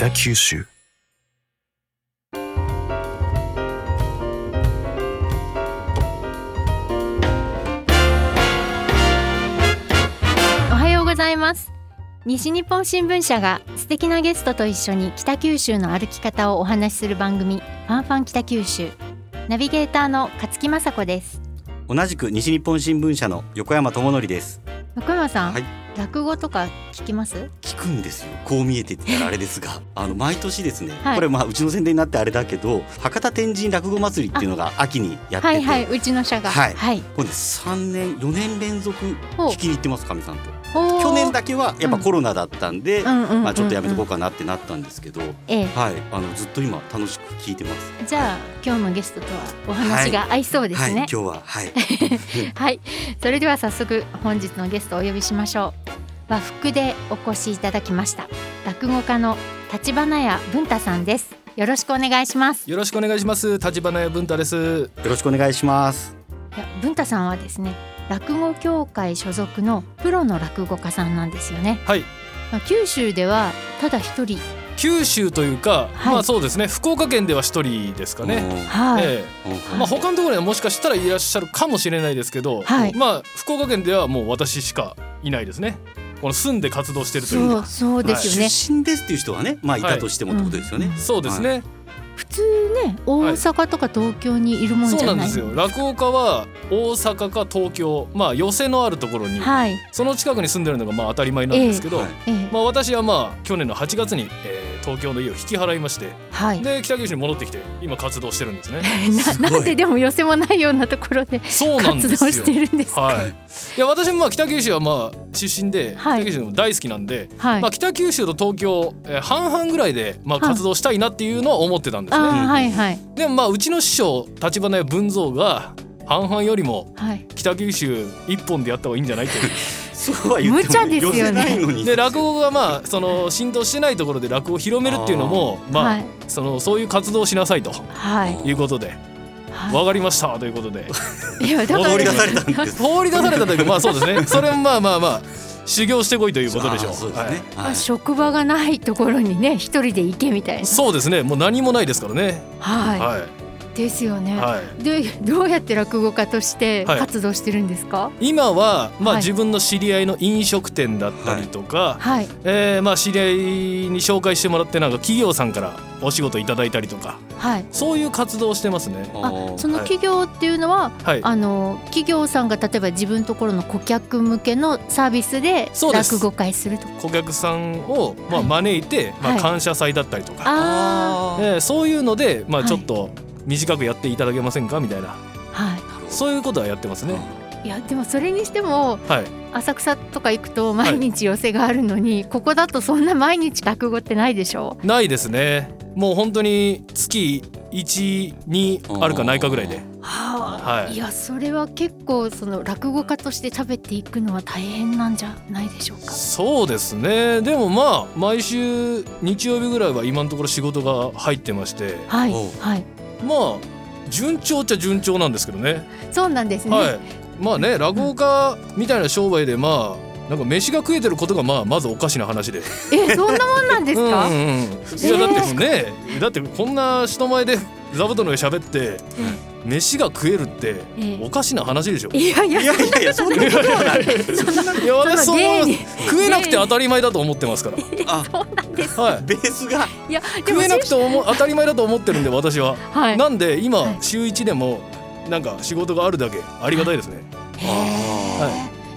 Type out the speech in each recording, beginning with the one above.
北九州おはようございます西日本新聞社が素敵なゲストと一緒に北九州の歩き方をお話しする番組ファンファン北九州ナビゲーターの勝木雅子です同じく西日本新聞社の横山智則です横山さん、はい落語とか聞きます聞くんですよこう見えてって言ったらあれで すがあの毎年ですね、はいこれまあうちの宣伝になってあれだけど博多天神落語祭りっていうのが秋にやってはていはいうちの社がはいはい、これね3年4年連続ほう聞きに行ってますかみさんとおー去年だけはやっぱうんコロナだったんで、うんうんうんうんまあ、ちょっとやめとこうかなってなったんですけど、ええはいあのずっと今楽しく聞いてますじゃあ今日のゲストとはお話が合いそうですはい今ね日 ははいはい、それでは早速本日のゲストをお呼びしましょう和服でお越しいただきました落語家の立花屋文太さんですよろしくお願いしますいよろしくお願いします。立花屋文太です。よろしくお願いしますや文太さんはですね落語協会所属のプロの落語家さんなんですよねはい、まあ九州ではただ一人九州というか、はいまあそうですね。福岡県では一人ですかね。はい、えうんうんえまあ他のところにはもしかしたらいらっしゃるかもしれないですけど、はいまあ福岡県ではもう私しかいないですね。この住んで活動してるというそかうそうですよね、出身ですっていう人はねまあいたとしてもってことですよね、はいうんそうですね、普通ね大阪とか東京にいるもんじそうゃなんなでいすよ落語家は大阪か東京まあ寄席のあるところに、はい、その近くに住んでるのがまあ当たり前なんですけど、ええはいええまあ私はまあ去年の8月に、えー東京の家を引き払いまして、はいで北九州に戻ってきて今活動してるんですねすごなない んででも寄せもないようなところでそうなん活動ですよしてるんですか、はい、いや私もまあ北九州はまあ出身で、はい北九州も大好きなんで、はい、まあ、北九州と東京、えー半々ぐらいでまあはい活動したいなっていうのは思ってたんですね、あーうんはいはいでもまあうちの師匠橘屋文蔵が半々よりもはい北九州一本でやった方がいいんじゃな いというそうは言っても無茶ですよね寄せないのにで落語がまあその浸透してないところで落語を広めるっていうのもまあ、はいそのそういう活動をしなさいとはいいうことで「はわかりました」ということでいいやだから踊り出されたんです放り出されたというかまあそうです ねそれもまあまあまあ修行してこいということでしあょうーそうですねは、まはあい職場がないところにね一人で行けみたいい、なそうですねもう何もないですからねはい、はですよい、ね、はいでどうやって落語家としてはい活動してるんですか今はまあはい自分の知り合いの飲食店だったりとか、はいえーまあ知り合いに紹介してもらってなんか企業さんからお仕事いただいたりとかはいそういう活動をしてますねあーその企業っていうのは、はいあの企業さんが例えば自分のところの顧客向けのサービスでそうです落語会するとか顧客さんをまはいあ招いて、まはあい感謝祭だったりとか、ああーえーそういうのでまあはいちょっと短くやっていただけませんかみたいなあはなるほどそういうことはやってますねいいやでもそれにしてもはい浅草とか行くと毎日寄せがあるのに、ここだとそんな毎日落語ってないでしょないですねもう本当に月12あるかないかぐらいでは、はいいやそれは結構その落語家として食べていくのは大変なんじゃないでしょうかそうですねでもまあ毎週日曜日ぐらいは今のところ仕事が入ってましてはいおうはいまあ順調っちゃ順調なんですけどねそうなんですね、はいまあね落語家みたいな商売でまあなんか飯が食えてることがまあまずおかしな話でえそんなもんなんですか、うんうんうんいやだってもうね、だってこんな人前で座布団の上喋って飯が食えるってええおかしな話でしょいやいやいやいやいやそういうことはないいやそ私そのう芸に食えなくて当たり前だと思ってま すから。あはい。ベースがいやでも食えなくて思う当たり前だと思ってるんで私は。はいなんではい今週一でもなんか仕事があるだけありがたいですね。へーは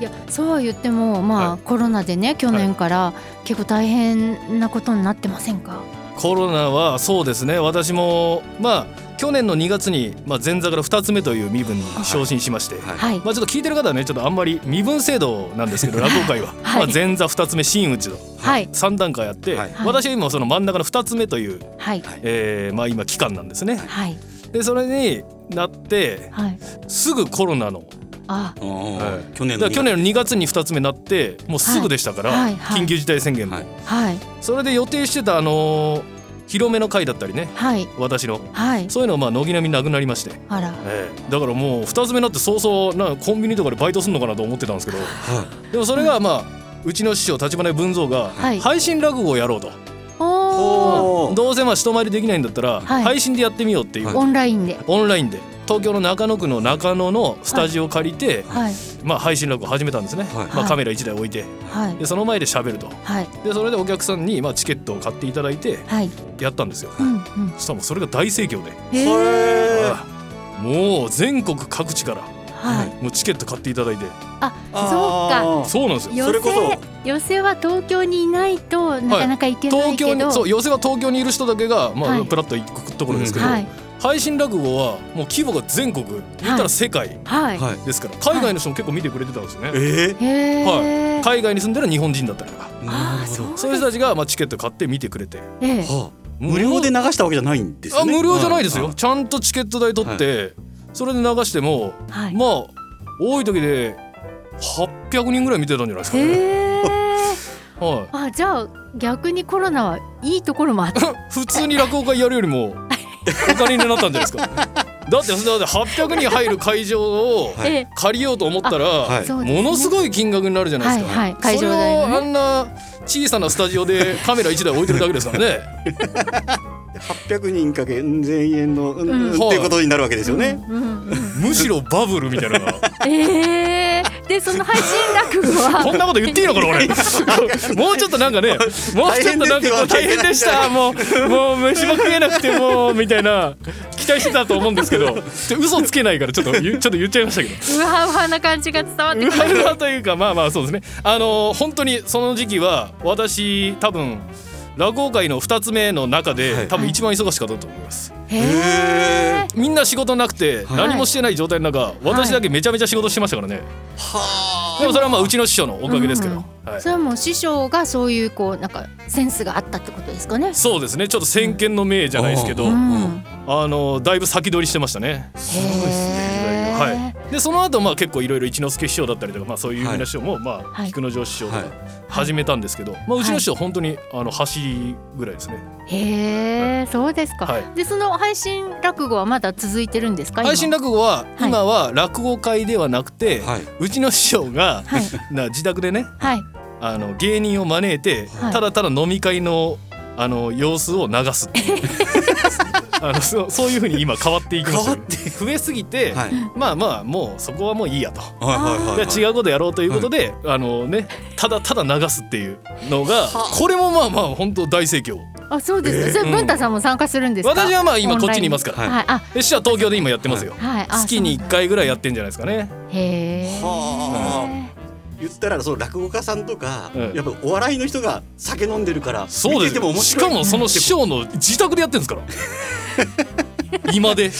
いやそうは言ってもまあ、はいコロナでね去年から結構大変なことになってませんか、コロナはそうですね。私もまあ去年の2月にまあ前座から2つ目という身分に昇進しまして。はいはいまあちょっと聞いてる方はねちょっとあんまり身分制度なんですけど落語界は、はいまあ、前座2つ目真打ちとはい3段階あって、はい私は今その真ん中の2つ目という、はいえーまあ、今期間なんですね。はいでそれになってはいすぐコロナのああーはい去年だのから去年の2月に2つ目になってもうすぐでしたから、はいはい緊急事態宣言も、はいはいそれで予定してたあのー広めの会だったりねはい私のはいそういうのはまあ軒並みなくなりまして、あらええだからもう2つ目になって早々なコンビニとかでバイトするのかなと思ってたんですけどはでもそれがまあ、うちの師匠橘文蔵がはい配信落語をやろうと、おおーおーどうせまあ人前でできないんだったら、はい配信でやってみようっていう、はいオンラインで。オンラインで東京の中野区の中野のスタジオを借りて、はいまあ、配信落語を始めたんですね、はいまはいあ、カメラ1台置いてはいでその前で喋るとはいでそれでお客さんにまあチケットを買っていただいてはい。やったんですようんうん。そしたらもうそれが大盛況で、へへーああもう全国各地からはい。もうチケット買っていただいてあそあーそうなんですうか。よ寄それこせそ寄せは東京にいないとなかなか行けない東京けど。にそう寄せは東京にいる人だけがまはあいプラッと行くところですけど、はい配信落語はもう規模が全国言ったら世界はい。はいですから海外の人も結構見てくれてたんですよね、えへえ。い。海外に住んでる日本人だったりとかーああなるほそどう。そういう人たちがまあチケット買って見てくれてええ。はあ無料で流したわけじゃないんですあよね無料じゃないですはよちゃんとチケット代取って、それで流してもはい。まあ多い時で800人ぐらい見てたんじゃないですかへね、え。はあじゃあ逆にコロナはいいところもあって。い、普通に落語会やるよりもお金になったんじゃないです かだってだって800人入る会場をはいええ借りようと思ったら、はいそうですねものすごい金額になるじゃなはいでいすか、はい。会場それ代をあのね。んな小さなスタジオでカメラ1台置いてるだけですからね800人かけ全円の、うんうんうんっていうことになるわけですよね。うんうん うん。むしろバブルみたいなのがええでその配信落語こんはなこと言っていいのかな 俺もうちょっとなんかねもうちょっとなんかこう大大変変ででしすたよもうもう飯も食えなくてもうみたいな期待してたと思うんですけどちょ嘘つけないからちょっと言うちょっと言っちゃいましたけどうわうわな感じが伝わってうくわる。うわというかまあまあそうですねあの本当にその時期は私多分落語界の2つ目の中はでい多分一番忙しかったと思います、へえへみんな仕事なくてはい何もしてない状態の中、私だけめちゃめちゃ仕事してましたからね、はでもそれはまあうちの師匠のおかげですけど、はいそれはもう師匠がそういうこうなんかセンスがあったってことですかね。そうですねちょっと先見の明じゃないですけうど、うんん。あのだいぶ先取りしてましたね。あ。すごいですね。へーはい、でその後まあ結構いろいろ一之輔師匠だったりとか、まあ、そういう有名な師匠も、まあ、はい菊之丞師匠とかはい始めたんですけど、まあ、うちの師匠本当にあの走ぐらいですねへえそうですか。はいでその配信落語はまだ続いてるんですか。今配信落語ははい今は落語会ではなくて、はいうちの師匠が、はい な自宅でねはい。あの芸人を招いて、はいただただ飲み会のあの様子を流すっていうあのそうそういうふうに今変わっていきましたよね増えすぎて、はいまあまあもうそこはもういいやと。はいはいはい。で違うことやろうということで、あのねただただ流すっていうのがはこれもまあまあ本当大盛況あそうですか。えーそれ文太さんも参加するんですか。私はまあ今オンラインこっちにいますからはい。あで師匠は東京で今やってますよ、はい。あ月に1。回ぐらいやってんじゃないですかそうねなんだへえ。は言ったらその落語家さんとか、うんやっぱお笑いの人が酒飲んでるからそうで見てても面すし白かいもその師匠の自宅でやってるんですから今で、えで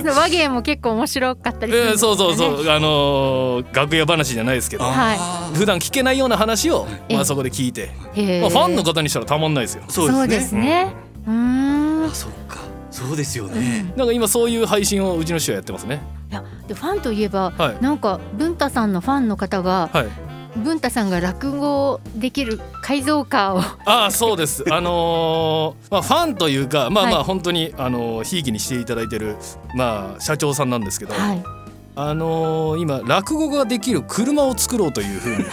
その和芸も結構面白かったりするんーですそようそうねそうあのー楽屋話じゃないですけどあー普段聞けないような話を、まええあ、そこで聞いて、へえまあ、ファンの方にしたらたまんないですよそそううでですすねね。うーん。あそっかそうですよね、なんか今そういう配信をうちの師匠やってますねいやでファンといえば、はいなんか文太さんのファンの方がはい文太さんが落語できる改造カーをああそうです。あのーまあファンというかまあまはあ本当にあのーひいきにしていただいてるまあ社長さんなんですけど、はいあのー今落語ができる車を作ろうとい うふうに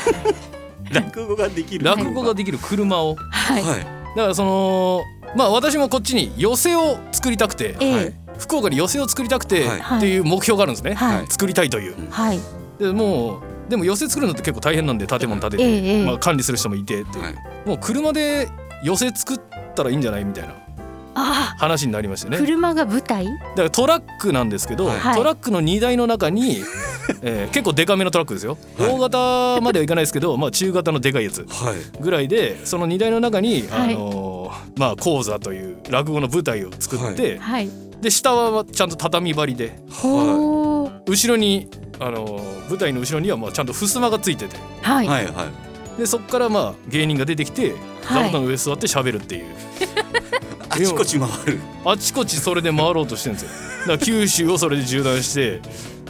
落語ができる落語がでできる車をはい、はいだからそのまあ私もこっちに寄席を作りたくてええはい福岡に寄席を作りたくてはいっていう目標があるんですね。はいはい作りたいという。はいでもうでも寄席作るのって結構大変なんで建物建てて、ええええまあ管理する人もいてっていう、はいもう車で寄席作ったらいいんじゃないみたいなあ話になりましてあね。車が舞台だからトラックなんですけど、はいトラックの荷台の中 に、えー結構デカめのトラックですよ、はい大型まではいかないですけ ど、まあ、中型のでかいやつはいぐらいでその荷台の中に、はいあのーまあ、講座という落語の舞台を作って、はいで下はちゃんと畳張りではほう後ろに、あのー舞台の後ろにはまあちゃんと襖がついててはいい、はいはいでそこからまあ芸人が出てきてはい座布団の上座って喋るっていう、あちこち回るあちこちそれで回ろうとしてるんですよ。だから九州をそれで縦断して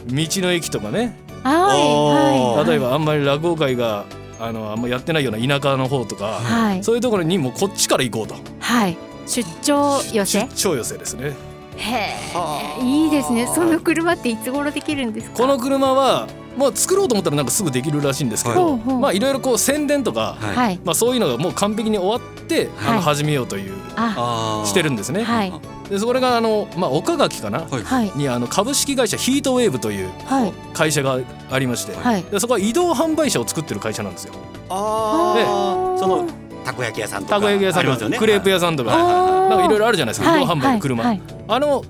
道の駅とかねはいはい例えばあんまり落語会があのあんまやってないような田舎の方とか、はいそういうところにもうこっちから行こうとはい出張寄せ出張寄せですねへえはあいいですねその車っていつ頃できるんですかこの車はまあ、作ろうと思ったらなんかすぐできるらしいんですけはいど、ほうほうまあいろいろこう宣伝とか、はいはいまあ、そういうのがもう完璧に終わって、あはいの始めようというああーしてるんですね。はいでそれがあの、まあ、岡垣かな、はいははいにあの株式会社ヒートウェーブというはい会社がありまして、はいでそこは移動販売車を作ってる会社なんですよ。ああそのたこ焼き屋さんとかたこ焼き屋さあんりとますか、よねクレープ屋さんとはか、おーなんかいろいろあるじゃないですか、はい移動販売の車、はいはいあの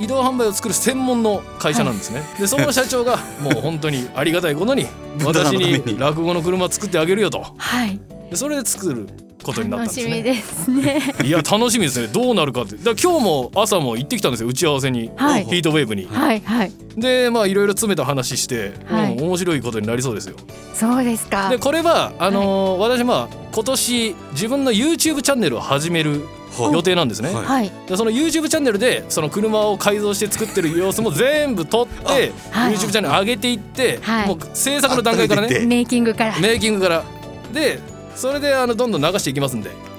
移動販売を作る専門の会社なんですね、でそこの社長がもう本当にありがたい ことに文化の私ためにに落語の車作ってあげるよとはいでそれで作ることになったん楽でしすみねです ねいや楽しみですねどうなるかってだから今日も朝も行ってきたんですよ打ち合わせに、はいヒートウェーブに、はいはいでまあいろいろ詰めた話して、はいうん面白いことになりそうですよそうですかでこれはあのー私まあ今年自分の YouTube チャンネルを始めるは予定なんですね、はいはいでその YouTube チャンネルでその車を改造して作ってる様子も全部撮って、はい YouTube チャンネル上げていって、はいもう制作の段階からあ上げねてメイキングからメイキングからでそれであのどんどん流していきますんですげ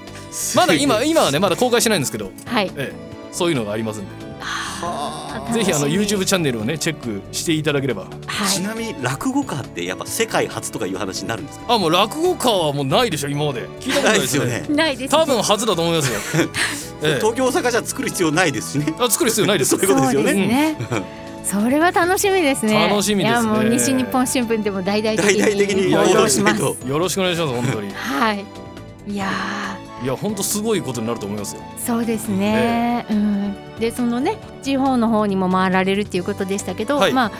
まえだ今今はねまだ公開してないんですけど、はいええ、そういうのがありますんではああぜひあの楽しみ YouTube チャンネルをねチェックしていただければはちいなみに落語家ってやっぱ世界初とかいう話になるんですかあもう落語家はもうないでしょ今まで聞いたことないですよねないですないですね多分初だと思いますよ、 ええ東京大阪じゃ作る必要ないですしねあ作る必要ないですそういうことですよねそうですねそれは楽しみですね。楽しみですねいやもう西日本新聞でも大々的 大々的にに報報道道ししなまいす。とよろしくお願いします本当にはい。いやいや本当すごいことになると思いますよーそうですね。うん。でそのね地方の方にも回られるっていうことでしたけど、はいまあ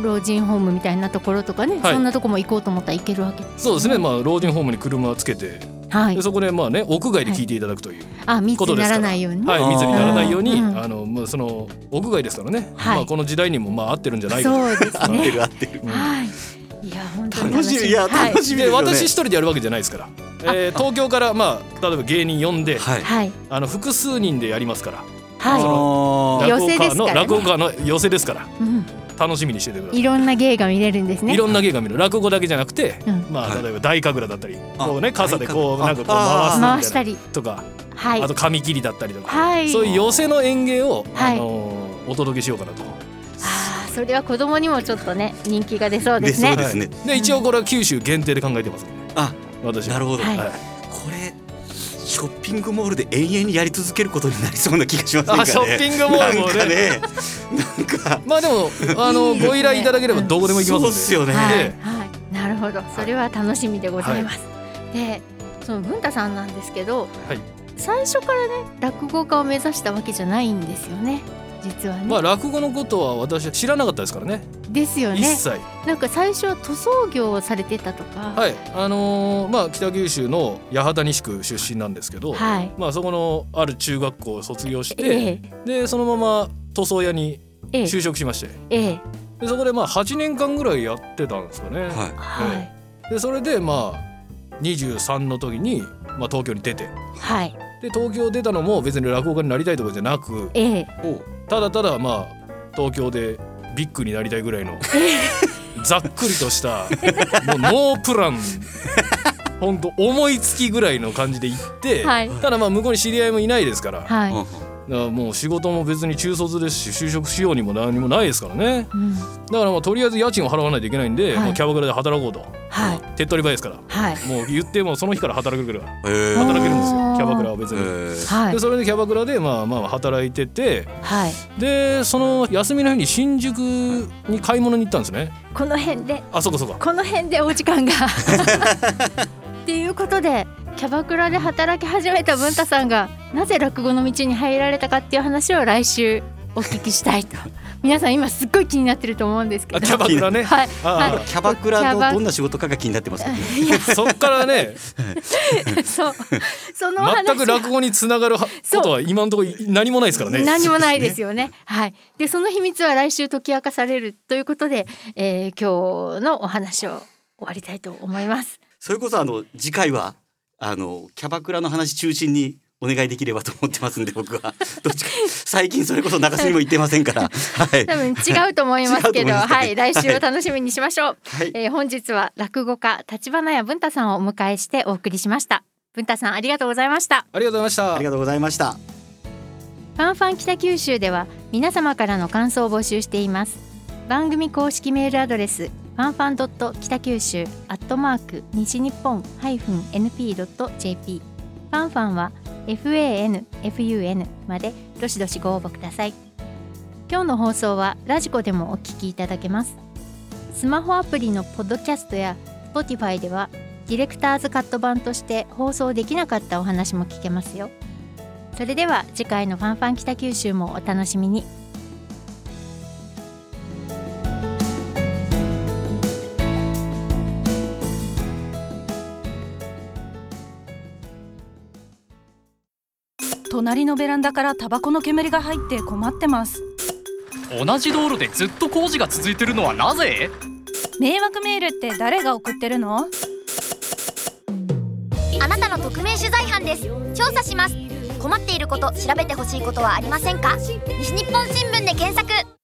老人ホームみたいなところとかね、はいそんなとこも行こうと思ったら行けるわけです。そうですね、まあ、老人ホームに車をつけて、はいで。そこでまあ、ね、屋外で聞いていただくという、あ密ことにですなかららないようにね。はいあー密にならないように、うんあのまあ、その屋外ですからね、はいまあ、この時代にもまあ合ってるんじゃないかとそうです合ってね。る合ってるうんはい。いや本当に楽しみいやはい楽しみでですよね私一人でやるわけじゃないですから、えー東京から、まあ、例えば芸人呼んで、はいはいあの複数人でやりますからはい。あー寄せですのからね落語家の寄せですからうん、楽しみにしててくださいい。ろんな芸が見れるんですね。いろんな芸が見る落語だけじゃなくて、うんまはあ、い例えば大神楽だったり、あこうね傘でこ大うなん神楽かこう回すみたいな回したり、とかはいあ、と紙切りだったりとか、はいそういう寄せの演芸を、はいあのーお届けしようかなと。あーそれは子供にもちょっとね人気が出そうです出ねそう。ですねはいで一応これは九州限定で考えてますね。あ私はなるほど、はいはいこれショッピングモールで永遠にやり続けることになりそうな気がしませんかねあショッピングモールもなんねかねなんかまあでもあのい いですねご依頼いただければどこでも行きまそうすんで。っすよね、はいえ、 はい、なるほど、それは楽しみでございます。で、その文太さんなんですけど、はい最初からね落語家を目指したわけじゃないんですよね。実はね、まあ落語のことは私は知らなかったですからね。ですよ一ね。切。なんか最初は塗装業をされてたとか、はい。あのーまあ北九州の八幡西区出身なんですけど、はいまあそこのある中学校を卒業しえて、えでそのまま塗装屋にええ就職しまして、ええでそこでまあ8年間ぐらいやってたんですかね。はいはいでそれでまあ23の時に、まあ、東京に出てはいで東京出たのも別に落語家になりたいとかじゃなくええただただまあ東京でビッグになりたいぐら いのざっくりとしたもうノープランほんと思いつきぐらいの感じで行って、はいただまあ向こうに知り合いもいないですから,、はい。もう仕事も別に中卒ですし就職しようにも何もないですからねうんだからまあとりあえず家賃を払わないといけないんで、はいもうキャバクラで働こうとはい手っ取り早いですからはいもう言ってもその日から働けるからえー働けるんですよあーキャバクラは別えに。ーはいでそれでキャバクラでまあまあ働いててはい。でその休みの日に新宿に買い物に行ったんですねこの辺であそうかそうかこの辺でお時間が。っていうことでキャバクラで働き始めた文太さんがなぜ落語の道に入られたかっていう話を来週お聞きしたいと皆さん今すっごい気になってると思うんですけどあキャバクラねはいあはキャバクラキャバのどんな仕事かが気になってますけどねいいやそっか らねそうそのお話全くが落語につながるはそうことは今のところ何もないですからね何もないですよね。はい。で、その秘密は来週解き明かされるということで、えー今日のお話を終わりたいと思います。それこそあの次回はあのキャバクラの話中心にお願いできればと思ってますんで僕はどっちか最近それこそ中洲にも行ってませんからはい多分違うと思いますけ違うと思いど、ますねはい、来週を楽しみにしましょう。はいえー本日は落語家立花や文太さんをお迎えしてお送りしました。文太さんありがとうございました。ありがとうございましたありがとうございましたファンファン北九州では皆様からの感想を募集しています番組公式メールアドレスフファンファンドット北九州アットマーク西日本ハイフン NP ドット JP ファンファンは FANFUN までどしどしご応募ください今日の放送はラジコでもお聞きいただけますスマホアプリのポッドキャストや Spotify ではディレクターズカット版として放送できなかったお話も聞けますよそれでは次回のファンファン北九州もお楽しみに隣のベランダからタバコの煙が入って困ってます同じ道路でずっと工事が続いてるのはなぜ迷惑メールって誰が送ってるのあなたの匿名取材班です調査します困っていること調べてほしいことはありませんか西日本新聞で検索